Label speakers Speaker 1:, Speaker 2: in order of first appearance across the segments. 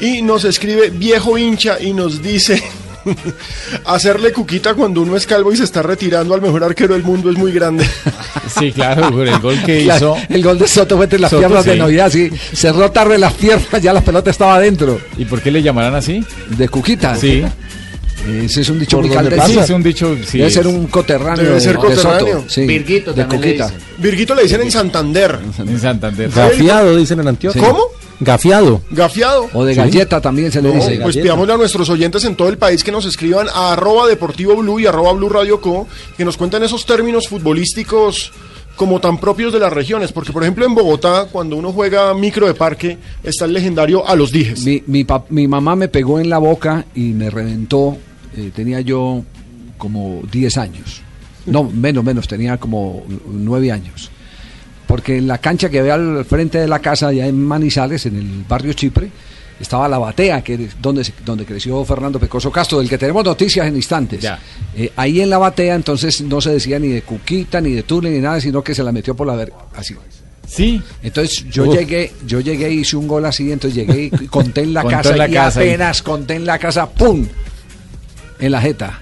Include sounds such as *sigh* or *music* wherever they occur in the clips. Speaker 1: Y nos escribe viejo hincha y nos dice... *laughs* Hacerle cuquita cuando uno es calvo y se está retirando al mejor arquero del mundo es muy
Speaker 2: *laughs*
Speaker 1: grande.
Speaker 3: Sí, claro, por el gol
Speaker 4: *laughs*
Speaker 3: que hizo.
Speaker 2: El gol de Soto fue entre las
Speaker 3: Soto,
Speaker 2: piernas de
Speaker 3: sí.
Speaker 2: Navidad, sí. Cerró tarde las piernas, ya la pelota estaba adentro.
Speaker 3: ¿Y por qué le llamarán así?
Speaker 2: De Cuquita.
Speaker 3: Sí,
Speaker 2: Ese es un dicho
Speaker 1: Por
Speaker 2: muy
Speaker 1: donde
Speaker 3: sí,
Speaker 2: caldense.
Speaker 3: es un dicho. Sí,
Speaker 2: Debe
Speaker 3: es-
Speaker 2: ser un coterráneo.
Speaker 1: Debe ser
Speaker 2: de Soto,
Speaker 1: coterráneo.
Speaker 2: sí,
Speaker 5: Virguito
Speaker 2: de
Speaker 5: también le
Speaker 2: Cuquita.
Speaker 5: dicen.
Speaker 1: Virguito le dicen en Santander.
Speaker 3: en Santander.
Speaker 4: Gafiado, dicen en Antioquia.
Speaker 1: ¿Cómo?
Speaker 4: Gafiado.
Speaker 1: Gafiado.
Speaker 2: O de galleta también se le
Speaker 1: No,
Speaker 2: dice.
Speaker 1: pues pidámosle a nuestros oyentes en todo el país que nos escriban a arroba deportivo blue y arroba blue radio co, que nos cuenten esos términos futbolísticos como tan propios de las regiones, porque por ejemplo en Bogotá, cuando uno juega micro de parque, está el legendario a los dijes.
Speaker 2: Mi, mi, pap- mi mamá me pegó en la boca y me reventó. eh, tenía yo como 10 años. No, menos, menos, tenía como 9 años. Porque en la cancha que había al frente de la casa, allá en Manizales, en el barrio Chipre, estaba la batea, que es donde, se- donde creció Fernando Pecoso Castro, del que tenemos noticias en instantes.
Speaker 3: Ya.
Speaker 2: Eh, ahí en la batea, entonces no se decía ni de Cuquita, ni de Tule, ni nada, sino que se la metió por la verga. Así.
Speaker 3: Sí,
Speaker 2: Entonces yo
Speaker 3: Uf.
Speaker 2: llegué, yo llegué, hice un gol así, entonces llegué
Speaker 3: *laughs*
Speaker 2: y conté en la
Speaker 3: Contó
Speaker 2: casa
Speaker 3: en la
Speaker 2: y
Speaker 3: casa,
Speaker 2: apenas conté en la casa, ¡pum! En la jeta.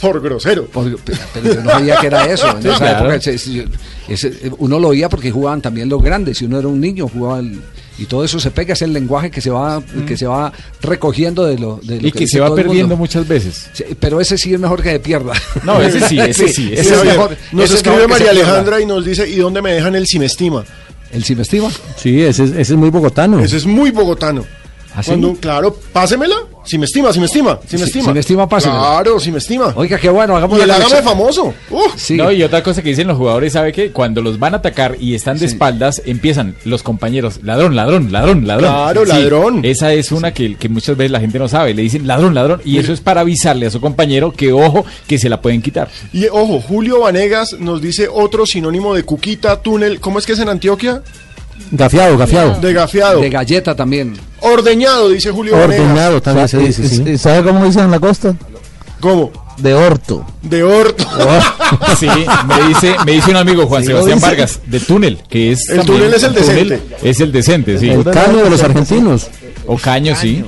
Speaker 1: Por grosero.
Speaker 2: Porque- pero, pero yo no sabía que era eso. En
Speaker 3: Sí,
Speaker 2: esa
Speaker 3: claro.
Speaker 2: época, ese- ese- ese- uno lo oía porque jugaban también los grandes. Si uno era un niño, jugaba el- y todo eso se pega, es el lenguaje que se va, que se va recogiendo de lo, de lo
Speaker 3: Mm. y que
Speaker 2: dice
Speaker 3: se va
Speaker 2: todo el
Speaker 3: perdiendo
Speaker 2: mundo.
Speaker 3: muchas veces.
Speaker 2: Sí, pero ese sí es mejor que se pierda.
Speaker 3: No, ese
Speaker 2: *laughs*
Speaker 3: sí, ese sí.
Speaker 2: Ese
Speaker 3: Ese
Speaker 2: es
Speaker 1: Oye,
Speaker 2: mejor-
Speaker 1: nos
Speaker 2: ese es
Speaker 1: escribe
Speaker 2: mejor que
Speaker 1: María
Speaker 2: se pierda.
Speaker 1: Alejandra y nos dice, ¿y dónde me dejan el simestima?
Speaker 2: El Simestiva.
Speaker 4: Sí, ese, es- ese es muy bogotano.
Speaker 1: Ese es muy bogotano.
Speaker 3: Mm. ¿Ah, sí?
Speaker 1: Cuando, claro, pásemela, si me estima, si me estima, si me
Speaker 2: Sí,
Speaker 1: estima.
Speaker 2: si me estima, pásemela.
Speaker 1: Claro, si me estima.
Speaker 2: Oiga, qué bueno, hagamos
Speaker 1: y el
Speaker 2: la
Speaker 1: hágame
Speaker 2: conexión.
Speaker 1: famoso. Uh,
Speaker 2: Sí.
Speaker 3: No, y otra cosa que dicen los jugadores, ¿sabe que Cuando los van a atacar y están de
Speaker 2: Sí.
Speaker 3: espaldas, empiezan los compañeros, ladrón, ladrón, ladrón, ladrón.
Speaker 1: Claro, ladrón.
Speaker 3: Esa es una que, que muchas veces la gente no sabe, le dicen ladrón, ladrón, y eso es para avisarle a su compañero que ojo, que se la pueden quitar.
Speaker 1: Y ojo, Julio Vanegas nos dice otro sinónimo de cuquita, túnel. ¿Cómo es que es en Antioquia?
Speaker 4: Gafiado, gafiado.
Speaker 1: De gafiado.
Speaker 2: De galleta también.
Speaker 1: Ordeñado, dice Julio Vanegas.
Speaker 4: Ordenado también se dice, sí.
Speaker 6: ¿Sabe cómo dicen en la costa?
Speaker 1: ¿Cómo?
Speaker 6: De orto.
Speaker 1: De orto.
Speaker 3: *laughs* Sí, me dice, me dice un amigo, Juan
Speaker 6: Sí, lo
Speaker 3: Sebastián
Speaker 6: dice.
Speaker 3: Vargas, de túnel, que es...
Speaker 1: El túnel es el
Speaker 3: túnel
Speaker 1: decente.
Speaker 3: Es el decente, sí.
Speaker 4: El caño de los argentinos.
Speaker 3: O caño, sí.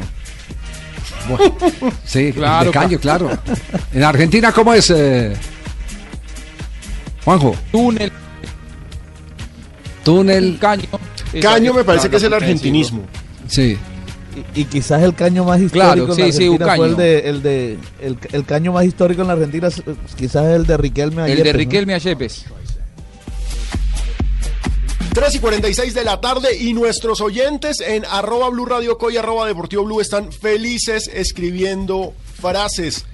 Speaker 2: Sí,
Speaker 3: Claro,
Speaker 2: de caño, claro. En Argentina, ¿cómo es? eh? Juanjo,
Speaker 7: túnel,
Speaker 2: túnel.
Speaker 7: caño.
Speaker 1: Caño me parece
Speaker 7: No,
Speaker 1: que
Speaker 7: no,
Speaker 1: es el
Speaker 7: porque
Speaker 1: argentinismo.
Speaker 2: Sí,
Speaker 6: Y, y quizás el caño más
Speaker 7: Claro,
Speaker 6: histórico en la
Speaker 7: sí, sí, un
Speaker 6: Argentina fue el
Speaker 7: caño.
Speaker 6: de, el de el, el caño más histórico en la Argentina es, eh, quizás el de Riquelme
Speaker 7: El
Speaker 6: Ayepes,
Speaker 7: de
Speaker 6: ¿no?
Speaker 7: Riquelme a Yepes.
Speaker 1: 3 y 46 de la tarde y nuestros oyentes en arroba blue radio co y arroba deportivo blue están felices escribiendo frases.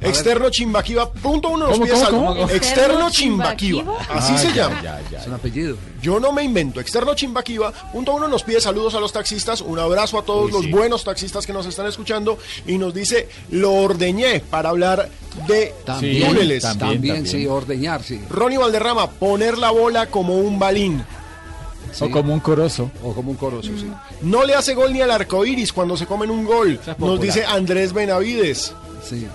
Speaker 1: Externo Chimbaquiva, punto uno de los pies al- Externo
Speaker 8: ¿Externo
Speaker 1: Chimbaquiva,
Speaker 8: Chimbaquiva?
Speaker 1: así
Speaker 3: Ah,
Speaker 1: se llama.
Speaker 2: es un apellido.
Speaker 1: Yo no me invento. Externo Chimbaquiva, punto uno nos pide saludos a los taxistas, un abrazo a todos los buenos taxistas que nos están escuchando y nos dice, lo ordeñé para hablar de
Speaker 2: También,
Speaker 1: túneles.
Speaker 2: también,
Speaker 3: también.
Speaker 2: sí, ordeñar, sí.
Speaker 1: Ronnie Valderrama, poner la bola como un balín.
Speaker 3: O como un corozo.
Speaker 2: O como un corozo, sí.
Speaker 1: No le hace gol ni al arco iris cuando se comen un gol,
Speaker 3: Esa es
Speaker 1: nos
Speaker 3: popular.
Speaker 1: dice Andrés Benavides.
Speaker 2: sí.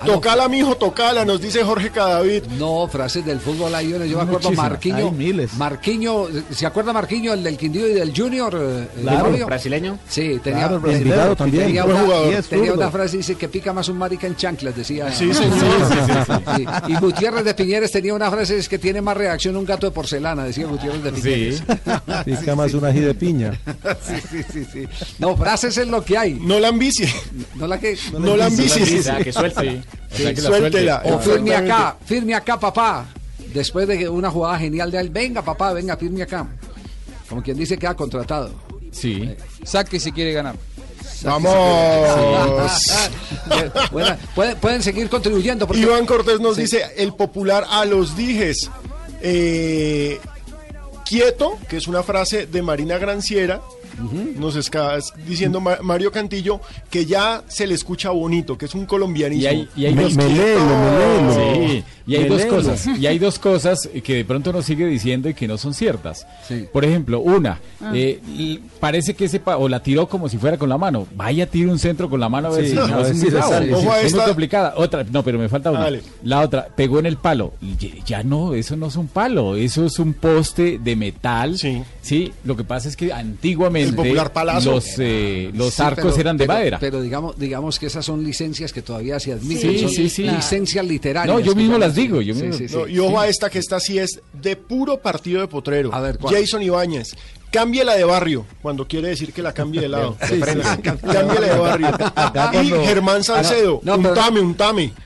Speaker 2: Ah, no,
Speaker 1: Tocala, mijo, tocala, nos dice Jorge Cadavid.
Speaker 2: No, frases del fútbol hay una, Yo me acuerdo
Speaker 3: Muchísimas.
Speaker 2: Marquiño.
Speaker 6: Hay miles.
Speaker 2: Marquiño, ¿se acuerda Marquiño, el del Quindío y del Junior? eh, eh,
Speaker 6: Claro,
Speaker 2: Gregorio?
Speaker 5: ¿Brasileño?
Speaker 2: Sí, tenía,
Speaker 6: Claro, el
Speaker 2: tenía-
Speaker 6: brasileño.
Speaker 4: también.
Speaker 2: tenía
Speaker 1: Buen jugador.
Speaker 6: Y
Speaker 2: una,
Speaker 6: es
Speaker 2: tenía
Speaker 6: zurdo.
Speaker 2: una frase dice que pica más un marica en chanclas, decía.
Speaker 1: Sí, señor.
Speaker 2: *laughs* Sí, Y Gutiérrez de Piñeres tenía una frase es que tiene más reacción un gato de porcelana, decía Gutiérrez de Piñeres.
Speaker 3: Sí.
Speaker 4: Pica más un ají de piña.
Speaker 2: Sí, sí, sí, sí. No, frases es lo que hay.
Speaker 1: No la ambicie,
Speaker 2: No la que.
Speaker 1: no la ambicie.
Speaker 3: que suelta.
Speaker 1: Suéltela.
Speaker 2: O firme
Speaker 1: Exactamente.
Speaker 2: acá, firme acá, papá. Después de que una jugada genial de él, venga, papá, venga, firme acá. Como quien dice que ha contratado.
Speaker 3: Sí.
Speaker 7: Saque si quiere ganar.
Speaker 1: Vamos.
Speaker 2: *laughs* Bueno, pueden, pueden seguir contribuyendo.
Speaker 1: *laughs*
Speaker 2: Porque
Speaker 1: Iván Cortés nos dice el popular a los dijes. Eh, quieto, que es una frase de Marina Granciera. nos está diciendo Ma- Mario Cantillo que ya se le escucha bonito, que es un colombianismo.
Speaker 3: Y hay, y hay
Speaker 4: Me-
Speaker 3: dos
Speaker 4: meléelo, meléelo.
Speaker 3: Sí, y hay dos
Speaker 4: Meléelo.
Speaker 3: cosas. Y hay dos cosas que de pronto nos sigue diciendo y que no son ciertas.
Speaker 2: Sí.
Speaker 3: Por ejemplo, una, eh, l- parece que ese pa- o la tiró como si fuera con la mano. Vaya, tira un centro con la mano a ver
Speaker 4: Sí,
Speaker 3: si,
Speaker 4: a
Speaker 3: no,
Speaker 4: ver
Speaker 3: es
Speaker 4: si
Speaker 3: muy
Speaker 4: le
Speaker 3: bravo.
Speaker 4: sale.
Speaker 3: Es
Speaker 1: Ojo a
Speaker 3: muy
Speaker 1: esta.
Speaker 3: complicada. Otra, no, pero me falta una.
Speaker 1: Dale.
Speaker 3: La otra, pegó en el palo. Y- Ya no, eso no es un palo, eso es un poste de metal.
Speaker 1: Sí.
Speaker 3: lo que pasa es que antiguamente
Speaker 1: El popular palazo.
Speaker 3: los, eh, los
Speaker 2: Sí,
Speaker 3: arcos
Speaker 2: pero-
Speaker 3: eran de
Speaker 2: pero-
Speaker 3: madera.
Speaker 2: Pero digamos, digamos que esas son licencias que todavía se admiten.
Speaker 3: Sí,
Speaker 2: son
Speaker 3: sí, sí.
Speaker 2: Licencias literarias.
Speaker 3: No, yo
Speaker 2: que
Speaker 3: mismo
Speaker 2: llaman.
Speaker 3: las digo, yo mismo-
Speaker 1: No, y ojo a esta, que esta sí es de puro partido de potrero.
Speaker 2: A ver, ¿cuál?
Speaker 1: Jason Ibáñez. Cámbiela de barrio, cuando quiere decir que la cambie
Speaker 2: *laughs*
Speaker 1: de lado. Sí, sí, sí, Cámbiela de barrio.
Speaker 6: Acá
Speaker 1: Y
Speaker 6: cuando-
Speaker 1: Germán Salcedo,
Speaker 2: Ah, no, pero-
Speaker 1: untame, untame.